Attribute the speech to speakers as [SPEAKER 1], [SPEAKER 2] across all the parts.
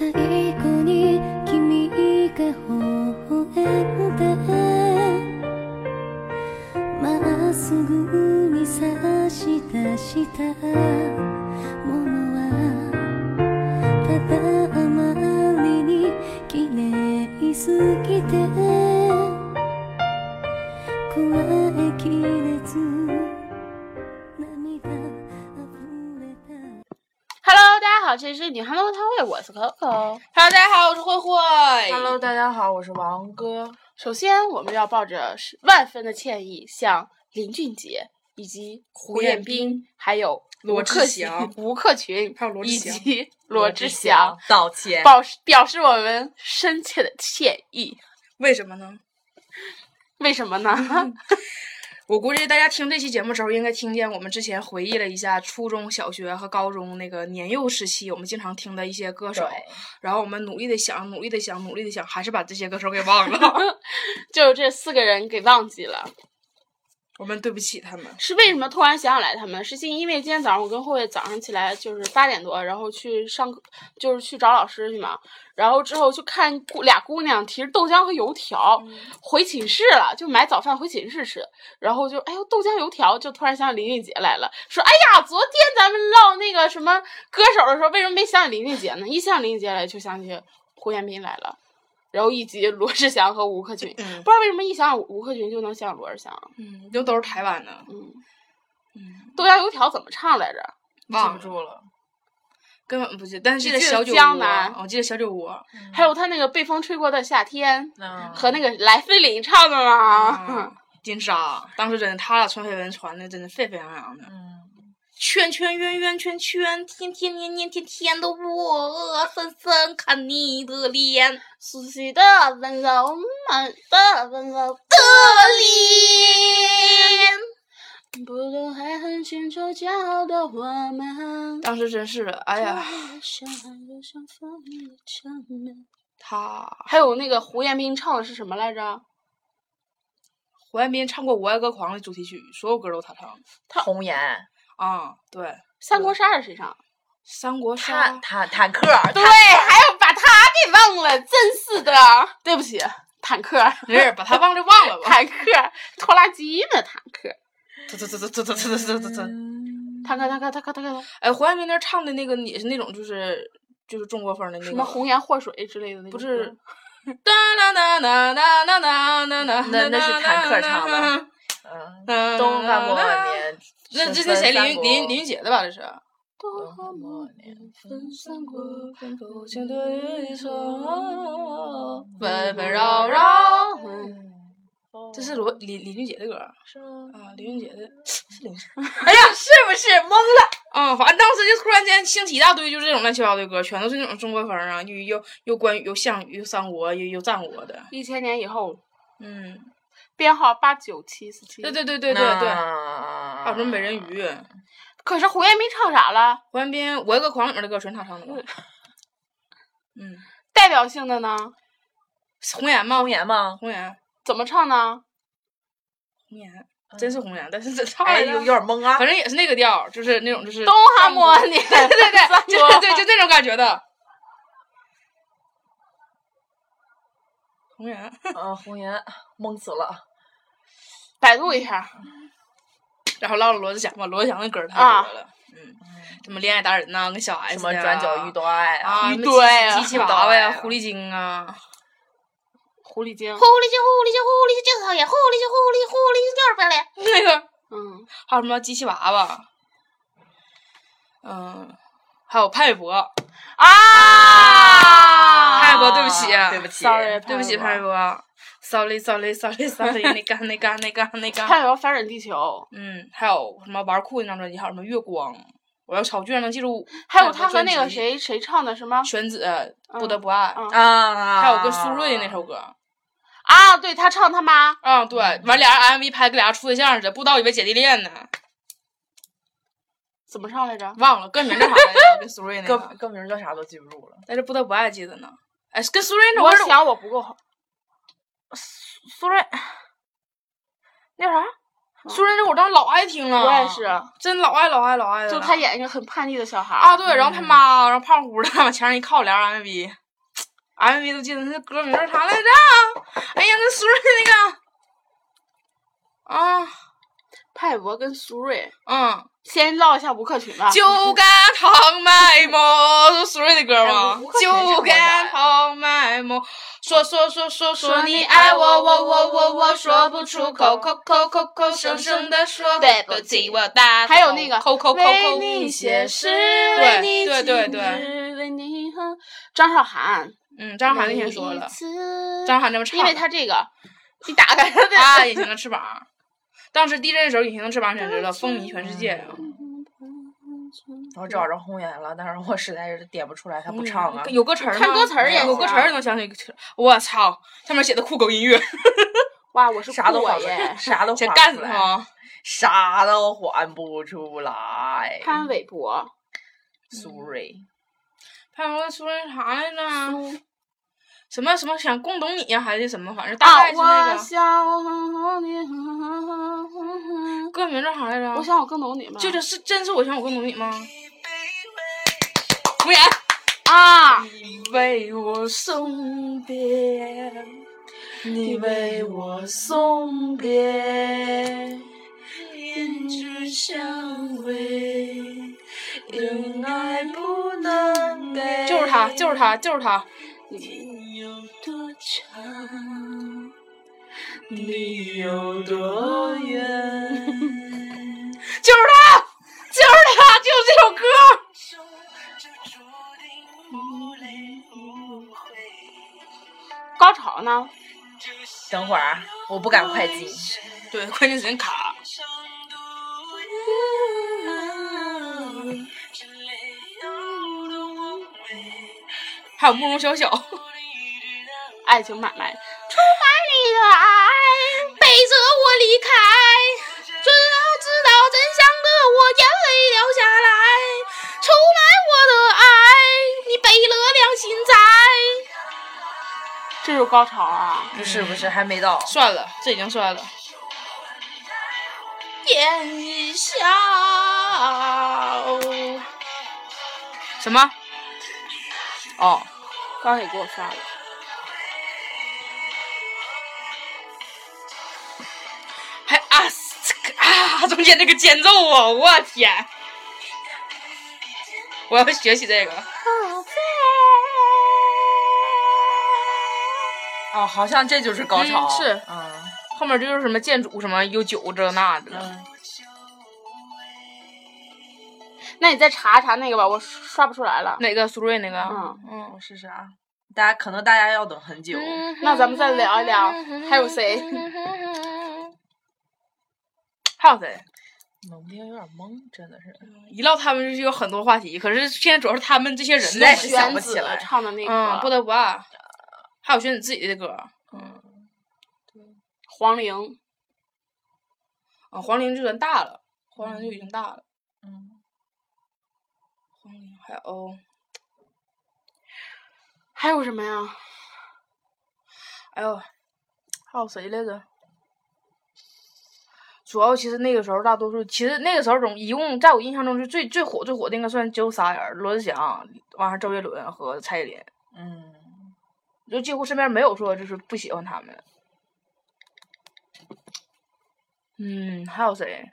[SPEAKER 1] いい子に君が微笑んでまっすぐに差し出したものはただあまりに綺麗すぎて怖い亀裂涙あふれた
[SPEAKER 2] Hello，大家好，这里是女汉子汤会，我是 Coco。
[SPEAKER 3] Hello，大家好，我是慧慧。
[SPEAKER 4] Hello，大家好，我是王哥。
[SPEAKER 2] 首先，我们要抱着是万分的歉意，向林俊杰以及胡彦斌，还有
[SPEAKER 3] 罗
[SPEAKER 2] 吴
[SPEAKER 3] 志
[SPEAKER 2] 克
[SPEAKER 3] 祥
[SPEAKER 2] 群吴克群，
[SPEAKER 3] 还有罗志
[SPEAKER 2] 以
[SPEAKER 3] 祥
[SPEAKER 2] 及罗志
[SPEAKER 4] 祥
[SPEAKER 2] 祥，
[SPEAKER 4] 道歉
[SPEAKER 2] 表示表示我们深切的歉意。
[SPEAKER 3] 为什么呢？
[SPEAKER 2] 为什么 呢？
[SPEAKER 3] 我估计大家听这期节目时候，应该听见我们之前回忆了一下初中小学和高中那个年幼时期，我们经常听的一些歌手，然后我们努力的想，努力的想，努力的想，还是把这些歌手给忘了。
[SPEAKER 2] 就这四个人给忘记了，
[SPEAKER 3] 我们对不起他们。
[SPEAKER 2] 是为什么突然想起来他们？是因为今天早上我跟慧慧早上起来就是八点多，然后去上课，就是去找老师去嘛。然后之后就看姑俩姑娘提着豆浆和油条、回寝室了，就买早饭回寝室吃。然后就哎呦豆浆油条，就突然想起林俊杰来了，说哎呀，昨天咱们唠那个什么歌手的时候，为什么没想起林俊杰呢？一想林俊杰来，就想起胡彦斌来了。然后以及罗志祥和吴克群， 不
[SPEAKER 3] 嗯
[SPEAKER 2] 知道为什么一想吴克群就能想罗志祥。
[SPEAKER 3] 嗯，又都是台湾的，
[SPEAKER 2] 嗯，豆芽油条怎么唱来着？
[SPEAKER 4] 记
[SPEAKER 3] 忘
[SPEAKER 4] 不
[SPEAKER 3] 了，
[SPEAKER 4] 住了。
[SPEAKER 3] 根本不记得。但是记得
[SPEAKER 2] 你记得
[SPEAKER 3] 小酒
[SPEAKER 2] 江
[SPEAKER 3] 窝
[SPEAKER 2] 南，
[SPEAKER 3] 我记得小酒窝。
[SPEAKER 2] 还有他那个被风吹过的夏天
[SPEAKER 4] 那
[SPEAKER 2] 和那个来菲林唱的嘛
[SPEAKER 3] 嗯，金莎，当时真的，他俩传绯闻传的真的沸沸扬扬的。
[SPEAKER 4] 嗯，
[SPEAKER 3] 圈圈圆圆圈圈，天天年年天天都我深深看你的脸。
[SPEAKER 2] 熟悉的温柔，满的温柔的脸，不懂还很清楚骄傲的我们。
[SPEAKER 3] 当时真是的，哎呀，
[SPEAKER 1] 像寒流像风一样缠绵
[SPEAKER 3] 他
[SPEAKER 2] 还有那个胡彦斌唱的是什么来着？
[SPEAKER 3] 胡彦斌唱过《我爱歌狂》的主题曲，所有歌都他唱的。
[SPEAKER 4] 红颜
[SPEAKER 3] 啊、对，
[SPEAKER 2] 三国杀是谁唱的？
[SPEAKER 3] 三国杀
[SPEAKER 4] 坦。坦坦克，
[SPEAKER 2] 对，还有哎把他给忘了，真是的， 对不起，坦克。
[SPEAKER 3] 没事儿，把他忘就忘了吧。
[SPEAKER 2] 坦克，拖拉机呢？坦克，
[SPEAKER 3] 突突突突突突突突突突
[SPEAKER 4] 嗯
[SPEAKER 2] 坦克，坦克，坦克，坦克，
[SPEAKER 3] 哎，胡彦斌那儿唱的那个也是那种，就是就是中国风的那个。
[SPEAKER 2] 什么红颜祸水之类的那种
[SPEAKER 3] 不
[SPEAKER 2] 歌
[SPEAKER 3] 是？哒啦啦啦啦啦啦啦啦。
[SPEAKER 4] 那那是坦克唱的。嗯，
[SPEAKER 3] 嗯，
[SPEAKER 4] 东汉末。年，
[SPEAKER 3] 那这
[SPEAKER 4] 是
[SPEAKER 3] 是谁？
[SPEAKER 4] 三
[SPEAKER 3] 林
[SPEAKER 4] 国
[SPEAKER 3] 林林嗯俊杰的吧？这是。
[SPEAKER 4] 东
[SPEAKER 2] 东汉
[SPEAKER 4] 汉末
[SPEAKER 2] 末
[SPEAKER 4] 年
[SPEAKER 2] 年
[SPEAKER 4] 分
[SPEAKER 2] 分
[SPEAKER 4] 三
[SPEAKER 2] 三
[SPEAKER 4] 国
[SPEAKER 2] 国，
[SPEAKER 4] 不
[SPEAKER 2] 不请
[SPEAKER 4] 请对
[SPEAKER 2] 对
[SPEAKER 4] 手
[SPEAKER 2] 手，
[SPEAKER 4] 纷
[SPEAKER 2] 纷
[SPEAKER 4] 纷
[SPEAKER 2] 纷
[SPEAKER 4] 扰
[SPEAKER 2] 扰
[SPEAKER 4] 扰
[SPEAKER 2] 扰。
[SPEAKER 3] 这是罗李李俊杰的歌儿啊，李俊杰的，是林俊杰。
[SPEAKER 4] 哎呀，是不是懵了？
[SPEAKER 3] 嗯，反正当时就突然间兴起一大堆，就是这种乱七八糟的歌，全都是那种中国风啊，又又又关羽，又项羽，又三国，又又战国的。
[SPEAKER 2] 一千年以后，
[SPEAKER 3] 嗯，
[SPEAKER 2] 编号八九七四七。
[SPEAKER 3] 对对对
[SPEAKER 4] 对
[SPEAKER 3] 对对对，还
[SPEAKER 4] 啊
[SPEAKER 3] 有什么美人鱼、
[SPEAKER 2] 可是胡彦斌唱啥了？
[SPEAKER 3] 胡彦斌《我爱歌狂》里面的歌全他唱的 吧？嗯，
[SPEAKER 2] 代表性的呢？
[SPEAKER 3] 红颜吗？
[SPEAKER 4] 红颜吗？
[SPEAKER 3] 红颜，
[SPEAKER 2] 怎么唱呢？
[SPEAKER 3] 红颜，真是红颜，但是这唱
[SPEAKER 4] 哎，
[SPEAKER 3] 来
[SPEAKER 4] 有有
[SPEAKER 3] 着
[SPEAKER 4] 点懵啊
[SPEAKER 3] 反。正也是那个调儿，就是那种就是
[SPEAKER 2] 东啊汉末
[SPEAKER 3] 战国
[SPEAKER 2] 年，
[SPEAKER 3] 对对对，
[SPEAKER 2] 三
[SPEAKER 3] 就
[SPEAKER 2] 国
[SPEAKER 3] 对就那种感觉的。红颜，
[SPEAKER 4] 啊，红颜懵死了。
[SPEAKER 2] 百度一下。
[SPEAKER 3] 然后唠了罗志祥吧，罗志祥的歌儿太
[SPEAKER 2] 啊
[SPEAKER 3] 多了，嗯，什么恋爱达人呐、跟小 S
[SPEAKER 4] 什么转角遇
[SPEAKER 3] 到
[SPEAKER 4] 到爱啊？
[SPEAKER 3] 哎啊，
[SPEAKER 2] 遇
[SPEAKER 3] 什
[SPEAKER 2] 对
[SPEAKER 3] 么
[SPEAKER 2] 啊
[SPEAKER 3] 机机器娃娃呀
[SPEAKER 4] 遇到，呀
[SPEAKER 3] 狐狸精啊，
[SPEAKER 2] 狐狸精
[SPEAKER 5] 狐，狸精，狐狸精，狐狸精就是讨厌，狐狸精，狐狸，狐狸精就是不要脸。
[SPEAKER 3] 那个
[SPEAKER 2] 嗯，
[SPEAKER 3] 还有什么机器娃娃，嗯，还有潘玮柏，
[SPEAKER 2] 啊，
[SPEAKER 3] 潘玮柏，对不起，
[SPEAKER 4] 对不起
[SPEAKER 2] sorry，
[SPEAKER 3] 对不起，
[SPEAKER 2] 潘
[SPEAKER 3] 潘
[SPEAKER 2] 玮
[SPEAKER 3] 玮柏，sorry sorry sorry sorry，那个那个那个那
[SPEAKER 2] 柏，潘
[SPEAKER 3] 个，
[SPEAKER 2] 玮柏翻转地球，
[SPEAKER 3] 嗯，还有什么玩酷那张专辑，还有什么月光，我要超居然能记住，
[SPEAKER 2] 还有他和哎那个谁谁唱的什么
[SPEAKER 3] 玄子呃不
[SPEAKER 2] 嗯
[SPEAKER 3] 得不爱，
[SPEAKER 2] 嗯
[SPEAKER 4] 啊，
[SPEAKER 3] 还有跟苏芮那首歌，
[SPEAKER 2] 啊？对他唱他妈，
[SPEAKER 3] 啊，对，
[SPEAKER 2] 嗯
[SPEAKER 3] 完俩人 MV 拍跟俩人处对象似的，不知道以为姐弟恋呢，
[SPEAKER 2] 怎么唱来着？
[SPEAKER 3] 忘了歌名叫啥来着，跟苏芮那
[SPEAKER 4] 歌
[SPEAKER 3] 个，
[SPEAKER 4] 歌名叫啥都记不住了。
[SPEAKER 3] 但是不得不爱记得呢，哎，跟苏芮那
[SPEAKER 2] 我
[SPEAKER 3] 首歌，
[SPEAKER 2] 想我不够好。
[SPEAKER 3] 苏芮那啥，苏芮那会儿当老爱听了，
[SPEAKER 2] 我也是，
[SPEAKER 3] 真老爱老爱老爱的了，
[SPEAKER 2] 就他演一个很叛逆的小孩儿。
[SPEAKER 3] 啊，对，然后他妈，然后胖乎的往墙上一靠，俩人 MV， MV 都记得，那歌名儿啥来着？哎呀，那苏芮那个，啊，
[SPEAKER 2] 派博跟苏芮，
[SPEAKER 3] 嗯，
[SPEAKER 2] 先唠一下吴克群吧。
[SPEAKER 3] 就敢唱卖萌，是苏芮的歌吗
[SPEAKER 4] 哎吴克？群唱过
[SPEAKER 3] 就
[SPEAKER 4] 啥
[SPEAKER 3] 敢
[SPEAKER 4] 呀
[SPEAKER 3] 唱卖萌，说说说说说
[SPEAKER 2] 说
[SPEAKER 3] 你
[SPEAKER 2] 你
[SPEAKER 3] 爱
[SPEAKER 2] 爱
[SPEAKER 3] 我，
[SPEAKER 2] 我
[SPEAKER 3] 我
[SPEAKER 2] 我
[SPEAKER 3] 我
[SPEAKER 2] 我
[SPEAKER 3] 我
[SPEAKER 2] 我
[SPEAKER 3] 我
[SPEAKER 2] 我
[SPEAKER 3] 说
[SPEAKER 2] 说
[SPEAKER 3] 不
[SPEAKER 2] 不
[SPEAKER 3] 出
[SPEAKER 2] 出
[SPEAKER 3] 口，
[SPEAKER 2] 口
[SPEAKER 3] 口
[SPEAKER 2] 口
[SPEAKER 3] 口口口声
[SPEAKER 2] 声
[SPEAKER 3] 声
[SPEAKER 2] 声
[SPEAKER 3] 的说
[SPEAKER 2] 对
[SPEAKER 3] 对不
[SPEAKER 2] 不
[SPEAKER 3] 起，
[SPEAKER 2] 起
[SPEAKER 3] 我大
[SPEAKER 2] 还有那个
[SPEAKER 3] 口口口口
[SPEAKER 2] 为你写诗，
[SPEAKER 3] 对
[SPEAKER 2] 为你
[SPEAKER 3] 对对
[SPEAKER 2] 静
[SPEAKER 3] 对
[SPEAKER 2] 止，为你哼。张韶涵，
[SPEAKER 3] 嗯，张韶涵那天说了，
[SPEAKER 2] 次
[SPEAKER 3] 张韶涵这么唱的，
[SPEAKER 2] 因为他这个，你打开他的
[SPEAKER 3] 啊，隐形的翅膀。当时地震的时候，隐形的翅膀简直了，风靡全世界呀！啊
[SPEAKER 4] 嗯
[SPEAKER 3] 哦
[SPEAKER 4] 我找着红颜了，但是我实在是点不出来，他不唱啊。
[SPEAKER 3] 嗯有歌词儿吗？
[SPEAKER 2] 看歌词儿也
[SPEAKER 3] 有歌词儿
[SPEAKER 2] 行啊
[SPEAKER 3] 能想起歌。我操，上面写的酷狗音乐，
[SPEAKER 2] 哇，我是
[SPEAKER 4] 啥都
[SPEAKER 2] 我
[SPEAKER 4] 缓不
[SPEAKER 2] 耶，
[SPEAKER 4] 啥都
[SPEAKER 3] 想
[SPEAKER 4] 缓
[SPEAKER 3] 干
[SPEAKER 4] 不
[SPEAKER 3] 死
[SPEAKER 4] 出
[SPEAKER 3] 他
[SPEAKER 4] 来，
[SPEAKER 3] 吗？
[SPEAKER 4] 啥都缓不出来。
[SPEAKER 2] 潘玮柏，
[SPEAKER 4] Sorry，
[SPEAKER 3] 潘玮柏说的啥来着？什么什么想共懂你呀，还是什么？反正大
[SPEAKER 2] 啊，
[SPEAKER 3] 概是那
[SPEAKER 2] 我
[SPEAKER 3] 个
[SPEAKER 2] 想我更懂你，
[SPEAKER 3] 歌名叫啥来着？
[SPEAKER 2] 我想我更懂你 们，
[SPEAKER 3] 就这是真是我想我更懂你吗？无言。
[SPEAKER 2] 啊，
[SPEAKER 3] 为我送别，你为我送别，胭脂香味，忍爱不能给。就是他，就是他，就是他。你有多远？就是他，就是他，就是这首歌。
[SPEAKER 2] 高潮呢？
[SPEAKER 4] 等会儿啊我不敢快进。
[SPEAKER 3] 对，关键时间卡。还有慕容晓晓，
[SPEAKER 2] 爱情买卖，
[SPEAKER 5] 你的爱背着我离开，最后知道真相的我眼泪流下来，出卖我的爱，你背了良心债。
[SPEAKER 2] 这就是高潮啊！
[SPEAKER 4] 不是不是，还没到。
[SPEAKER 3] 算了，这已经算了。
[SPEAKER 5] 烟一笑，
[SPEAKER 2] 哦
[SPEAKER 3] 什么？哦，
[SPEAKER 2] 刚才也给我发了，
[SPEAKER 3] 还啊嘶呲啊，中间这个间奏啊，我天！我要学习这个。
[SPEAKER 4] 哦，好像这就是高潮。
[SPEAKER 3] 嗯是
[SPEAKER 4] 嗯
[SPEAKER 3] 后面就是什么建筑什么有酒这那的了。
[SPEAKER 4] 嗯，
[SPEAKER 2] 那你再查一查那个吧，我刷不出来了。
[SPEAKER 3] 哪个苏芮那个？
[SPEAKER 2] 嗯
[SPEAKER 3] 嗯
[SPEAKER 4] 我试试啊。大家可能大家要等很久。
[SPEAKER 2] 那咱们再聊一聊，
[SPEAKER 3] 嗯
[SPEAKER 2] 还有谁？
[SPEAKER 3] 还有谁？
[SPEAKER 4] 冷不丁有点懵，真的是。
[SPEAKER 3] 一唠他们就有很多话题，可是现在主要是他们这些人
[SPEAKER 4] 实
[SPEAKER 3] 的
[SPEAKER 4] 在
[SPEAKER 3] 问
[SPEAKER 4] 是
[SPEAKER 3] 题
[SPEAKER 4] 想
[SPEAKER 2] 宣
[SPEAKER 4] 不
[SPEAKER 2] 子
[SPEAKER 4] 起来
[SPEAKER 2] 唱的那
[SPEAKER 3] 嗯，不
[SPEAKER 2] 个
[SPEAKER 3] 得不爱，还有选你自己的歌。
[SPEAKER 2] 黄龄，
[SPEAKER 3] 啊，黄龄就算大了，黄龄就已经大了。
[SPEAKER 4] 嗯，
[SPEAKER 3] 黄龄还有，
[SPEAKER 2] 还有什么呀？
[SPEAKER 3] 哎呦，还有谁来着？主要其实那个时候大多数，其实那个时候中一共在我印象中是最最火最火的应该算只有仨人儿：罗志祥、完事儿周杰伦和蔡依林。
[SPEAKER 4] 嗯，
[SPEAKER 3] 就几乎身边没有说就是不喜欢他们。嗯，还有谁？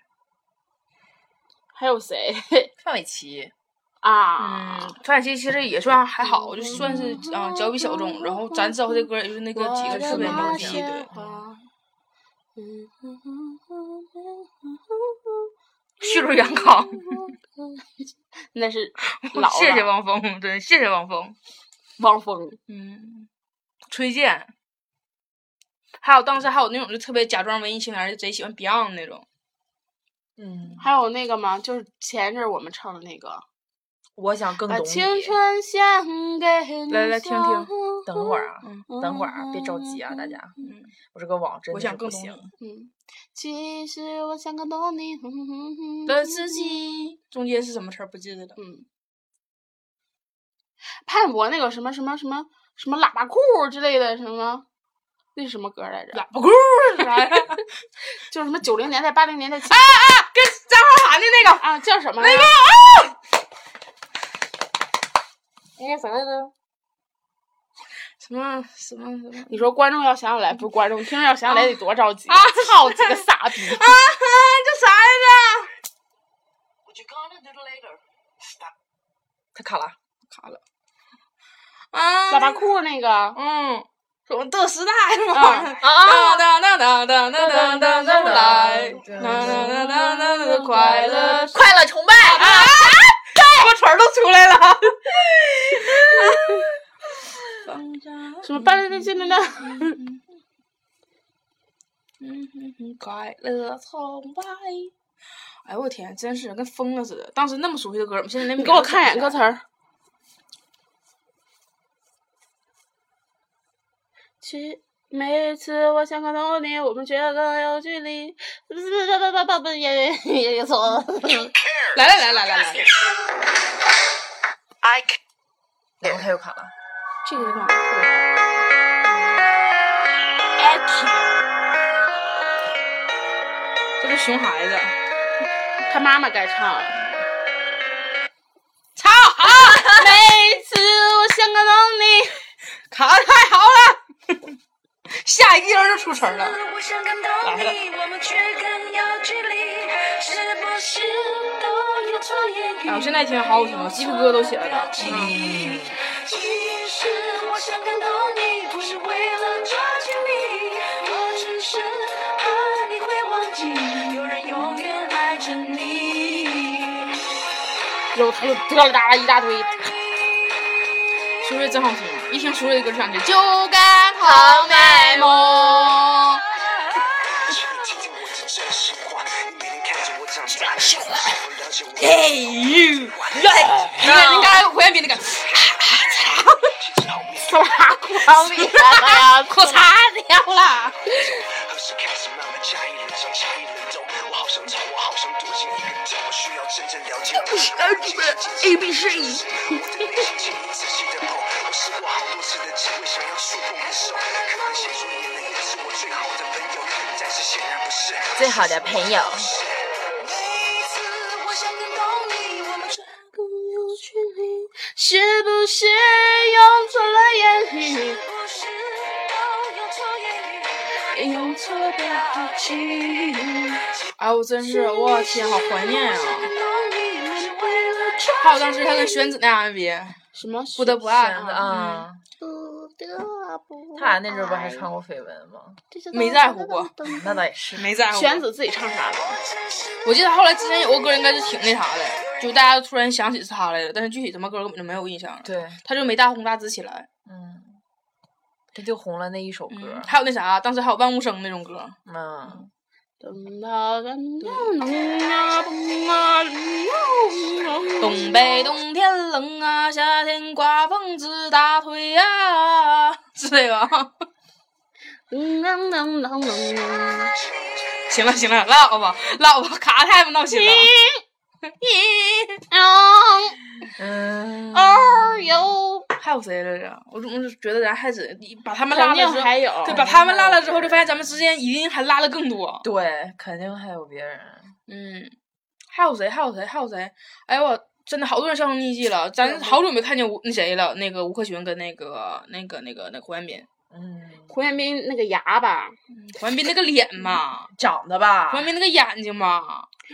[SPEAKER 2] 还有谁
[SPEAKER 4] 范玮琪。
[SPEAKER 2] 啊？
[SPEAKER 3] 嗯，范玮琪其实也算还好，就算是啊、较比小众。然后咱知道他的歌也就是那个几个特别牛逼的。
[SPEAKER 2] 嗯
[SPEAKER 3] 旭日 阳刚，
[SPEAKER 2] 那是老
[SPEAKER 3] 谢谢
[SPEAKER 2] 了
[SPEAKER 3] 汪峰，对，谢谢汪峰。
[SPEAKER 2] 汪峰，
[SPEAKER 3] 嗯，崔健，还有当时还有那种就特别假装文艺青年儿，就贼喜欢 Beyond 那种。
[SPEAKER 4] 嗯，
[SPEAKER 2] 还有那个嘛，就是前一阵儿我们唱的那个，
[SPEAKER 4] 我想更
[SPEAKER 2] 把
[SPEAKER 4] 懂你。
[SPEAKER 2] 啊青春献给你。
[SPEAKER 3] 来来听听，
[SPEAKER 4] 等会儿啊，
[SPEAKER 3] 嗯
[SPEAKER 4] 等会儿啊，别着急啊，大家。
[SPEAKER 3] 嗯，
[SPEAKER 4] 我这个网真
[SPEAKER 3] 我
[SPEAKER 4] 的
[SPEAKER 3] 想
[SPEAKER 4] 是
[SPEAKER 3] 更
[SPEAKER 4] 不
[SPEAKER 3] 懂
[SPEAKER 4] 行。
[SPEAKER 3] 你
[SPEAKER 2] 嗯，其实我想更懂你。哼哼哼
[SPEAKER 3] 的自己。中间是什么词儿不记得了。
[SPEAKER 2] 嗯，潘博那个什么什么什么什么喇叭裤之类的什么，那是什么歌来着？
[SPEAKER 3] 喇叭裤儿是啥呀？
[SPEAKER 2] 就是什么九零年代、八零年代起
[SPEAKER 3] 跟张韶涵的那个
[SPEAKER 2] 啊，叫什么来着？
[SPEAKER 4] 那个啥来着？
[SPEAKER 3] 什么什么什么，
[SPEAKER 2] 你说观众要想想来，不是观众，听众要想想来得多着急！操，这个傻逼！
[SPEAKER 3] 啊啊，这啥来着？
[SPEAKER 4] 他卡了，
[SPEAKER 3] 卡了。啊，
[SPEAKER 2] 喇叭裤那个，
[SPEAKER 3] 嗯，什么的时代什么
[SPEAKER 2] 啊
[SPEAKER 3] 玩意儿？当当当当当当当当当来，当当当当当当快乐。
[SPEAKER 5] 快乐崇拜啊！
[SPEAKER 2] 我词儿都出来了。什么班里那些那那，
[SPEAKER 3] 嗯哼哼，快乐崇拜。哎呦我天，真是跟疯了似的！当时那么熟悉的歌儿，现在连
[SPEAKER 2] 你给我看一眼歌词儿。去，每次我想看到你，我们却更有距离。不不不不不不，也也也错了。
[SPEAKER 3] 来来来来来来，
[SPEAKER 4] 然后他又卡了。
[SPEAKER 3] 这个地方这是熊孩子。
[SPEAKER 2] 他妈妈该唱了。操！
[SPEAKER 3] 啊
[SPEAKER 2] 每次我想看到你，
[SPEAKER 3] 卡的太好了， 下一个音儿就出词儿了。
[SPEAKER 1] 我想看到你，我们却更有距离，是不是都有错言语？
[SPEAKER 3] 哎，我现在听好好听，鸡皮疙瘩都起来了。嗯
[SPEAKER 1] 其实我想看到你，不是为了抓紧你，我只是怕你会忘记，有人永远爱着你。
[SPEAKER 2] 又他又嘚了哒啦一大堆。
[SPEAKER 3] 苏芮真好听，一听苏芮的歌就想起就该好美梦。你看，你看，胡彦斌那个，
[SPEAKER 2] 嗖啦，狂 野呀，裤衩掉了。
[SPEAKER 6] 何时开始慢慢加以忍受，加以忍受？我好想逃，我好想躲进一个角落，需要真正了解我是爱你们 A B C。我的内心请你仔细的碰，我试过好多次的机会想要触碰你手，可能写出眼泪也是我最好的朋友，但是显然不是。
[SPEAKER 5] 最好的朋友。
[SPEAKER 2] 是不是用错了言语？用错了表情。
[SPEAKER 3] 哎，我真是，我天，好怀念啊！还有当时他跟宣子那 MV，
[SPEAKER 2] 什么？
[SPEAKER 3] 不得不爱
[SPEAKER 4] 天呐啊！他俩那阵儿不还传过绯闻吗？
[SPEAKER 3] 没在乎过，
[SPEAKER 4] 那倒也是。
[SPEAKER 3] 没在 乎。
[SPEAKER 2] 玄，子自己唱啥了？
[SPEAKER 3] 我记得后来之前有个歌应该是挺那啥的，就大家突然想起是他来了，但是具体什么歌根本就没有印象了。
[SPEAKER 4] 对，
[SPEAKER 3] 他就没大红大紫起来。
[SPEAKER 4] 嗯，他就红了那一首歌
[SPEAKER 3] 嗯，。还有那啥，当时还有万物生那种歌。
[SPEAKER 4] 嗯，
[SPEAKER 2] 噔哒噔哒噔啊噔啊噔啊
[SPEAKER 3] 东北冬天冷啊，夏天刮风直打腿啊 呀、是这个吧。
[SPEAKER 2] 噔噔噔噔噔。
[SPEAKER 3] 行了行了，唠吧 唠吧，卡太不闹心 了。
[SPEAKER 4] 嗯，
[SPEAKER 2] 二哦有，
[SPEAKER 3] 还有谁来着？我怎么就觉得咱还是把他们拉
[SPEAKER 2] 肯
[SPEAKER 3] 了之
[SPEAKER 2] 定
[SPEAKER 3] 后，
[SPEAKER 2] 还有。
[SPEAKER 3] 对，把他们拉了之后，就发现咱们之间一定还拉的更多。
[SPEAKER 4] 对，肯定还有别人。
[SPEAKER 3] 嗯，还有谁？还有谁？还有谁？哎呦我。真的好多人销声匿迹了，咱好久没看见吴那谁了，那个吴克群跟那个那个那个那个胡彦斌，
[SPEAKER 4] 嗯，
[SPEAKER 2] 胡彦斌那个牙吧，
[SPEAKER 3] 胡彦斌那个脸嘛，
[SPEAKER 4] 长得吧
[SPEAKER 3] 胡，彦斌那个眼睛嘛，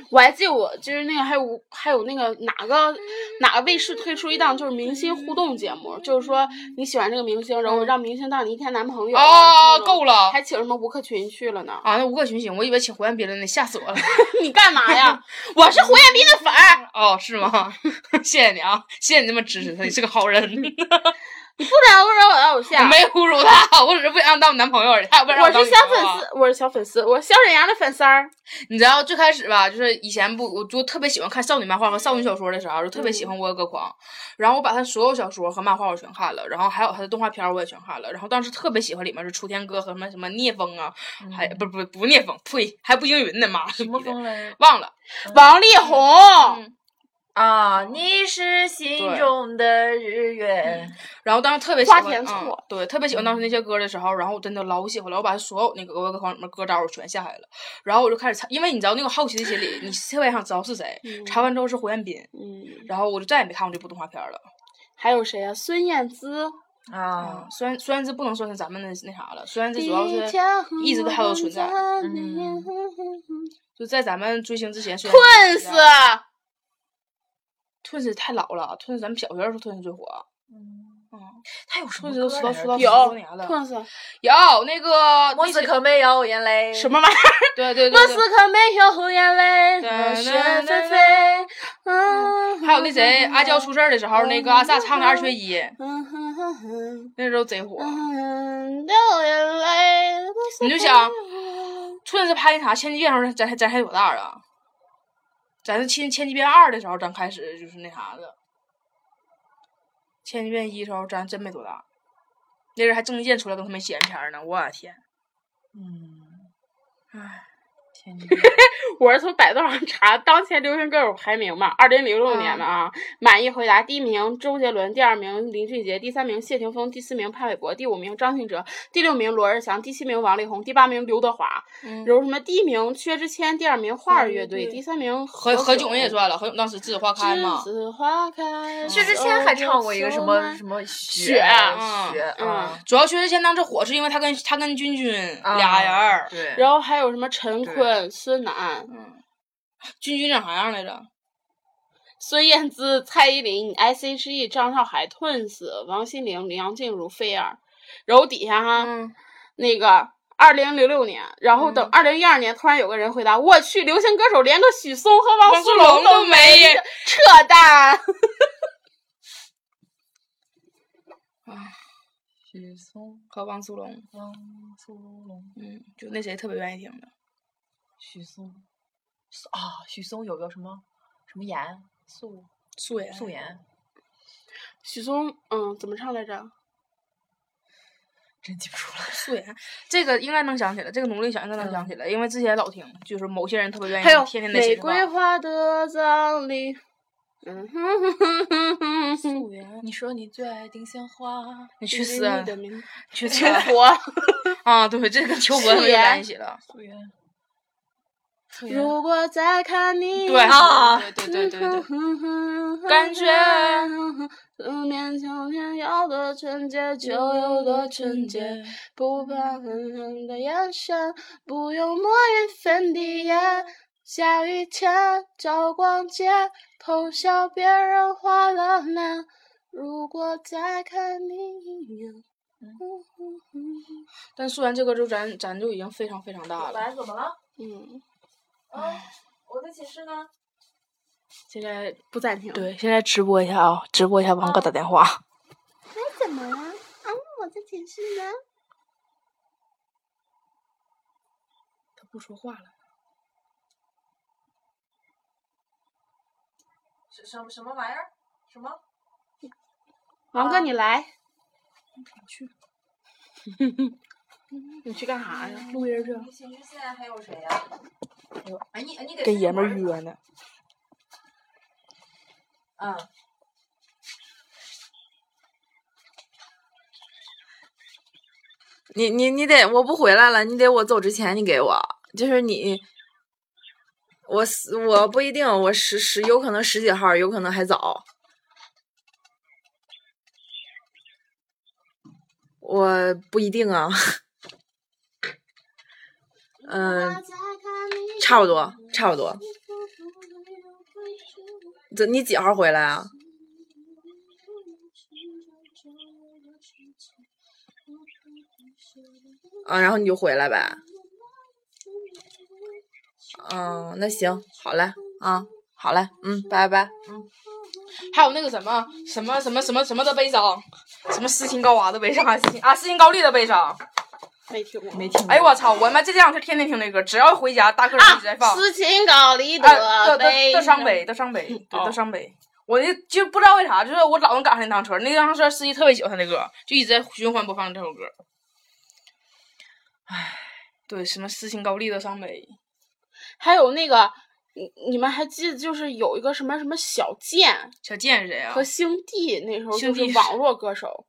[SPEAKER 2] 我还记得我就是那个还有无还有那个哪
[SPEAKER 4] 嗯
[SPEAKER 2] 个哪个卫视推出一档就是明星互动节目，就是说你喜欢这个明星，
[SPEAKER 4] 嗯
[SPEAKER 2] 然后让明星当你一天男朋友啊。
[SPEAKER 3] 哦，够
[SPEAKER 2] 了。
[SPEAKER 3] 了，
[SPEAKER 2] 还请什么吴克群去了呢？
[SPEAKER 3] 啊，那吴克群行，我以为请胡彦斌了呢，吓死我了。
[SPEAKER 2] 你干嘛呀？ 我是胡彦斌的粉儿，
[SPEAKER 3] 哦，是吗？ 谢谢你啊，谢谢你这么支持他，你 是个好人。
[SPEAKER 2] 你不能侮辱我的偶
[SPEAKER 3] 我
[SPEAKER 2] 像。
[SPEAKER 3] 没侮辱他，我只是不想让他当我男朋友而已，他也不让
[SPEAKER 2] 我
[SPEAKER 3] 当
[SPEAKER 2] 是
[SPEAKER 3] 女
[SPEAKER 2] 小
[SPEAKER 3] 朋友啊
[SPEAKER 2] 粉。丝，我是小粉丝，我是小沈阳的粉丝儿。
[SPEAKER 3] 你知道最开始吧，就是以前不，我就特别喜欢看少女漫画和少女小说的时候，就特别喜欢《我有个狂》，然后我把他所有小说和漫画我全看了，然后还有他的动画片儿我也全看了，然后当时特别喜欢里面是雏田哥和什么什么聂风啊，还
[SPEAKER 4] 嗯
[SPEAKER 3] 不不不聂风，呸，还不应云呢，妈什
[SPEAKER 4] 什么风来着？
[SPEAKER 3] 忘了，
[SPEAKER 2] 王力宏，
[SPEAKER 4] 啊，你是心
[SPEAKER 3] 对
[SPEAKER 4] 中的日月。
[SPEAKER 3] 然后当时特别喜欢
[SPEAKER 2] 花田错
[SPEAKER 3] 嗯对，特别喜欢当时那些歌的时候，然后我真的老喜欢了，我把所有那个《我有个狂》里面歌单我全下来了，然后我就开始查，因为你知道那个好奇的心理，你特别想知道是谁，查完之后是胡彦斌，
[SPEAKER 2] 嗯，
[SPEAKER 3] 然后我就再也没看过这部动画片了。
[SPEAKER 2] 啊还有谁呀、孙燕姿，
[SPEAKER 4] 啊，
[SPEAKER 3] 嗯虽然虽然这不能算是咱们的那啥了，虽然这主要是一直都还有存在，
[SPEAKER 4] 嗯
[SPEAKER 3] 就在咱们追星之前，虽然
[SPEAKER 5] 困死！
[SPEAKER 3] Twins 太老了，Twins 咱们小学的时候 Twins 最火
[SPEAKER 4] 嗯他有什么
[SPEAKER 3] ，Twins
[SPEAKER 4] 歌
[SPEAKER 3] 都出道
[SPEAKER 4] 来
[SPEAKER 3] 出
[SPEAKER 4] 着
[SPEAKER 3] 道十
[SPEAKER 2] 有
[SPEAKER 3] 多年了，
[SPEAKER 2] ，Twins
[SPEAKER 3] 有那个
[SPEAKER 4] 莫斯科没有眼泪。
[SPEAKER 2] 什么玩意儿？
[SPEAKER 3] 对对对
[SPEAKER 2] 莫
[SPEAKER 3] 对
[SPEAKER 2] 斯科没有红眼泪，
[SPEAKER 3] 对
[SPEAKER 2] 和
[SPEAKER 3] 对
[SPEAKER 2] 雪
[SPEAKER 3] 对
[SPEAKER 2] 纷飞。嗯，
[SPEAKER 3] 还有那谁阿娇出事儿的时候，那个阿萨唱的二缺一，
[SPEAKER 2] 嗯哼哼哼
[SPEAKER 3] 那时候贼火。
[SPEAKER 2] 嗯，掉眼泪。
[SPEAKER 3] 你就想，Twins 拍那啥《千机变》时候，咱咱才多大啊？咱是《千千机变二》的时候，咱开始就是那啥的，《千机变一》的时候，咱真没多大。那阵还郑伊健出来跟他们闲篇儿呢，我天！
[SPEAKER 4] 嗯，
[SPEAKER 3] 唉，
[SPEAKER 4] 天津
[SPEAKER 2] 我是从百度上查当前流行歌手排名嘛，二零零六年的啊，满意回答第一名周杰伦，第二名林俊杰，第三名谢霆锋，第四名潘玮柏，第五名张信哲，第六名罗志祥，第七名王力宏，第八名刘德华，
[SPEAKER 3] 嗯
[SPEAKER 2] 然后什么第一名薛之谦，第二名花儿乐队，
[SPEAKER 3] 对
[SPEAKER 2] 第三名
[SPEAKER 3] 何何炅
[SPEAKER 2] 炅
[SPEAKER 3] 也算了，何炅当时《栀子花开》嘛
[SPEAKER 2] 栀，子花开，
[SPEAKER 4] 薛之谦还唱过一个什么什
[SPEAKER 2] 么？
[SPEAKER 4] 么
[SPEAKER 2] 呃雪
[SPEAKER 4] 雪
[SPEAKER 3] 嗯
[SPEAKER 4] 雪啊
[SPEAKER 3] 主要薛之谦当时火是因为他跟他跟君君
[SPEAKER 4] 啊
[SPEAKER 3] 俩人儿，
[SPEAKER 4] 对，
[SPEAKER 2] 然后还有什么陈坤、孙楠、
[SPEAKER 3] 君君长啥样来着？
[SPEAKER 2] 孙燕姿、蔡依林、S.H.E、张韶涵、Twins、王心凌、梁静茹、菲儿，然后底下哈，
[SPEAKER 3] 嗯
[SPEAKER 2] 那个二零零六年，然后等二零一二年，突然有个人回答：“我去，流行歌手连个许嵩和汪苏泷都没，扯淡
[SPEAKER 4] 许嵩、
[SPEAKER 3] 和汪苏泷，
[SPEAKER 4] 汪苏泷、
[SPEAKER 3] 嗯，就那谁特别愿意听的，
[SPEAKER 4] 许嵩啊，许嵩有个什么什么颜素
[SPEAKER 3] 素颜
[SPEAKER 4] 素颜，！”
[SPEAKER 2] 许嵩，嗯，怎么唱来着？
[SPEAKER 4] 真记不住了。
[SPEAKER 3] 素颜，这个应该能想起来，这个努力想应该能想起来，因为之前老听，就是某些人特别愿意
[SPEAKER 2] 嗯还有
[SPEAKER 3] 听，天天在
[SPEAKER 2] 玫
[SPEAKER 3] 心
[SPEAKER 2] 瑰花的葬礼。嗯哼哼哼哼哼哼，
[SPEAKER 3] 素颜，
[SPEAKER 4] 你说你最爱丁香花，
[SPEAKER 3] 你去死
[SPEAKER 2] 你
[SPEAKER 3] 啊，
[SPEAKER 2] 的名字
[SPEAKER 3] 去死
[SPEAKER 2] 求
[SPEAKER 3] 啊
[SPEAKER 2] 佛。
[SPEAKER 3] 啊！对，这跟求佛
[SPEAKER 2] 素
[SPEAKER 3] 特别在
[SPEAKER 2] 颜
[SPEAKER 3] 一起了，
[SPEAKER 4] 素颜。素颜
[SPEAKER 2] 如果再看你，
[SPEAKER 3] 对
[SPEAKER 4] 啊
[SPEAKER 3] 对对对对对，
[SPEAKER 2] 对
[SPEAKER 3] 感觉
[SPEAKER 2] 思念秋天要多纯洁就有多纯洁，
[SPEAKER 3] 嗯
[SPEAKER 2] 不怕狠狠的眼神，不用抹匀粉底液。下雨天照逛街，偷笑别人花了脸。如果再看你一眼，
[SPEAKER 3] 但素颜这歌就咱咱就已经非常非常大了，
[SPEAKER 4] 来怎么了？
[SPEAKER 2] 嗯，
[SPEAKER 4] 啊，我在寝室呢。
[SPEAKER 2] 现在不暂停。，
[SPEAKER 3] 对，现在直播一下啊、直播一下王哥打电话，
[SPEAKER 4] 啊
[SPEAKER 1] 怎么了？啊，我在寝室呢。
[SPEAKER 3] 他不说话了，
[SPEAKER 4] 什什么什么玩意儿？什么？
[SPEAKER 2] 王哥你来。你去干啥呀？录音去。
[SPEAKER 4] 你寝室现在还有谁呀、哎你哎你给
[SPEAKER 3] 跟爷们儿
[SPEAKER 4] 儿。
[SPEAKER 3] 约呢，
[SPEAKER 4] 嗯。你你你得，我不回来了，你得我走之前你给我，就是你，我十我不一定，我十十有可能十几号，有可能还早。我不一定啊，嗯，差不多，差不多。这你几号回来啊？啊，然后你就回来呗。嗯，那行，好嘞，啊，好嘞，嗯，拜拜，嗯，
[SPEAKER 3] 还有那个什么什么什么什么什么的悲伤，什么斯琴高娃的悲伤，斯琴啊斯琴高丽的悲伤，
[SPEAKER 2] 没听过。
[SPEAKER 4] 没听
[SPEAKER 3] 哎呦我操，我妈这两天天天听这歌，只要回家大歌一直在放。
[SPEAKER 2] 斯琴高丽
[SPEAKER 3] 啊，
[SPEAKER 2] 啊的
[SPEAKER 3] 到到到伤悲，
[SPEAKER 2] 悲。
[SPEAKER 3] 到 伤悲，对，
[SPEAKER 2] 哦
[SPEAKER 3] 到伤悲。我那就不知道为啥，就是我老能赶上那趟车，那趟车司机特别喜欢他的歌，就一直在循环播放这首歌。唉，对，什么斯琴高丽的伤悲，
[SPEAKER 2] 还有那个，你你们还记得就是有一个什么什么小贱
[SPEAKER 3] 小贱是谁啊
[SPEAKER 2] 和？星帝，那时候
[SPEAKER 3] 星
[SPEAKER 2] 就
[SPEAKER 3] 帝
[SPEAKER 2] 是
[SPEAKER 3] 是
[SPEAKER 2] 网络歌手。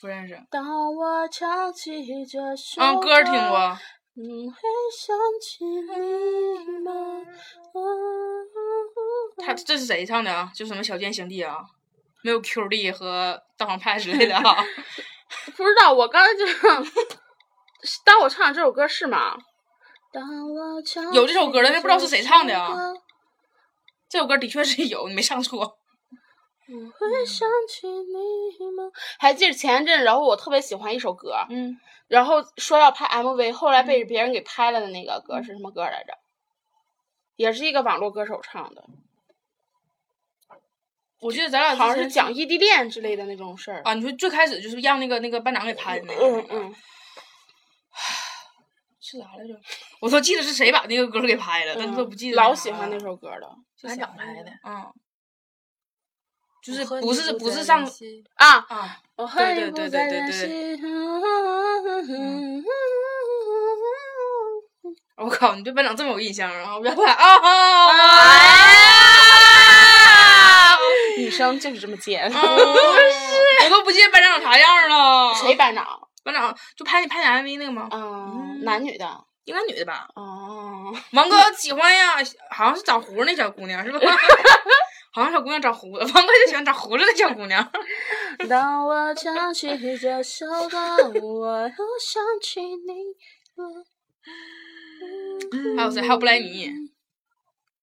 [SPEAKER 3] 不认识。
[SPEAKER 2] 当我唱起这首
[SPEAKER 3] 嗯，歌儿听。过。
[SPEAKER 2] 你会想起你吗？嗯
[SPEAKER 3] 他这是谁唱的啊？就什么小贱兄弟啊？没有 Q 力和大黄派之类的啊。
[SPEAKER 2] 不知道，我刚才就是当我唱这首歌是吗？当我唱
[SPEAKER 3] 有这首歌了但不知道是谁唱的呀
[SPEAKER 2] 这首歌
[SPEAKER 3] 这首歌的确是有，你没唱错。
[SPEAKER 2] 我会想起你吗？还记得前一阵，然后我特别喜欢一首歌，
[SPEAKER 3] 嗯，
[SPEAKER 2] 然后说要拍 MV，后来被别人给拍了的那个歌是什么歌来着？也是一个网络歌手唱的，
[SPEAKER 3] 我记得咱俩之
[SPEAKER 2] 好像
[SPEAKER 3] 前
[SPEAKER 2] 是讲异地恋之类的那种事儿。
[SPEAKER 3] 啊，你说最开始就是让那个那个班长给拍的那个，
[SPEAKER 2] 嗯嗯，
[SPEAKER 3] 是啥来着？我都记得是谁把那个歌给拍了，但啊是都
[SPEAKER 2] 嗯
[SPEAKER 3] 不记得。
[SPEAKER 2] 老喜欢那，首歌了
[SPEAKER 3] 班
[SPEAKER 4] 长拍的，
[SPEAKER 3] 嗯，就
[SPEAKER 4] 就是是
[SPEAKER 3] 不
[SPEAKER 4] 不
[SPEAKER 3] 是
[SPEAKER 4] 是
[SPEAKER 3] 不
[SPEAKER 4] 不
[SPEAKER 3] 是
[SPEAKER 4] 是
[SPEAKER 3] 上
[SPEAKER 4] 上
[SPEAKER 2] 啊！
[SPEAKER 3] 啊，
[SPEAKER 2] 我和你
[SPEAKER 3] 对
[SPEAKER 2] 不
[SPEAKER 3] 对
[SPEAKER 2] 再
[SPEAKER 3] 对对
[SPEAKER 2] 联
[SPEAKER 3] 对
[SPEAKER 2] 系。
[SPEAKER 3] 我靠，你对班长这么有印象，然后原来啊，
[SPEAKER 2] 女生就是这么贱，
[SPEAKER 3] 嗯 我都不记得班长啥样了。
[SPEAKER 2] 谁？班长？
[SPEAKER 3] 班长就拍你拍你 MV 那个吗？
[SPEAKER 2] 嗯，男女的。
[SPEAKER 3] 应该女的吧？
[SPEAKER 2] 哦，
[SPEAKER 3] 王哥喜欢呀，好像是长胡子那小姑娘是吧？ 好像小姑娘长胡子，王哥就喜欢长胡子的小姑娘。
[SPEAKER 2] 当我唱起这首歌，我又想起你。
[SPEAKER 3] 还有谁？还有布莱尼，
[SPEAKER 2] 嗯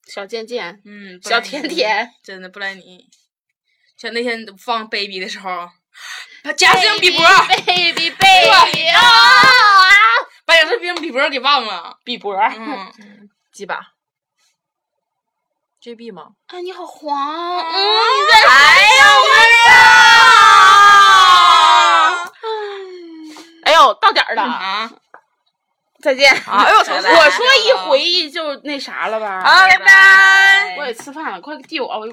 [SPEAKER 2] 小贱贱，
[SPEAKER 3] 嗯，布
[SPEAKER 2] 小
[SPEAKER 3] 莱尼
[SPEAKER 2] 甜，甜，
[SPEAKER 3] 真的布莱尼。像那天放 baby 的时候，贾斯汀比伯把
[SPEAKER 2] ，baby baby 哎啊，
[SPEAKER 3] 贾斯汀比伯给忘了。
[SPEAKER 2] 比伯，
[SPEAKER 3] 嗯，
[SPEAKER 4] 几把？GB 吗？
[SPEAKER 2] 啊，你好黄，嗯，哎呦，到点儿了，
[SPEAKER 3] 啊，
[SPEAKER 2] 再见。
[SPEAKER 4] 啊！哎呦，
[SPEAKER 3] 拜拜
[SPEAKER 2] 我说一回忆就那啥了吧？
[SPEAKER 4] 啊，拜拜。
[SPEAKER 2] 我也吃饭了，快递我，我一会儿哦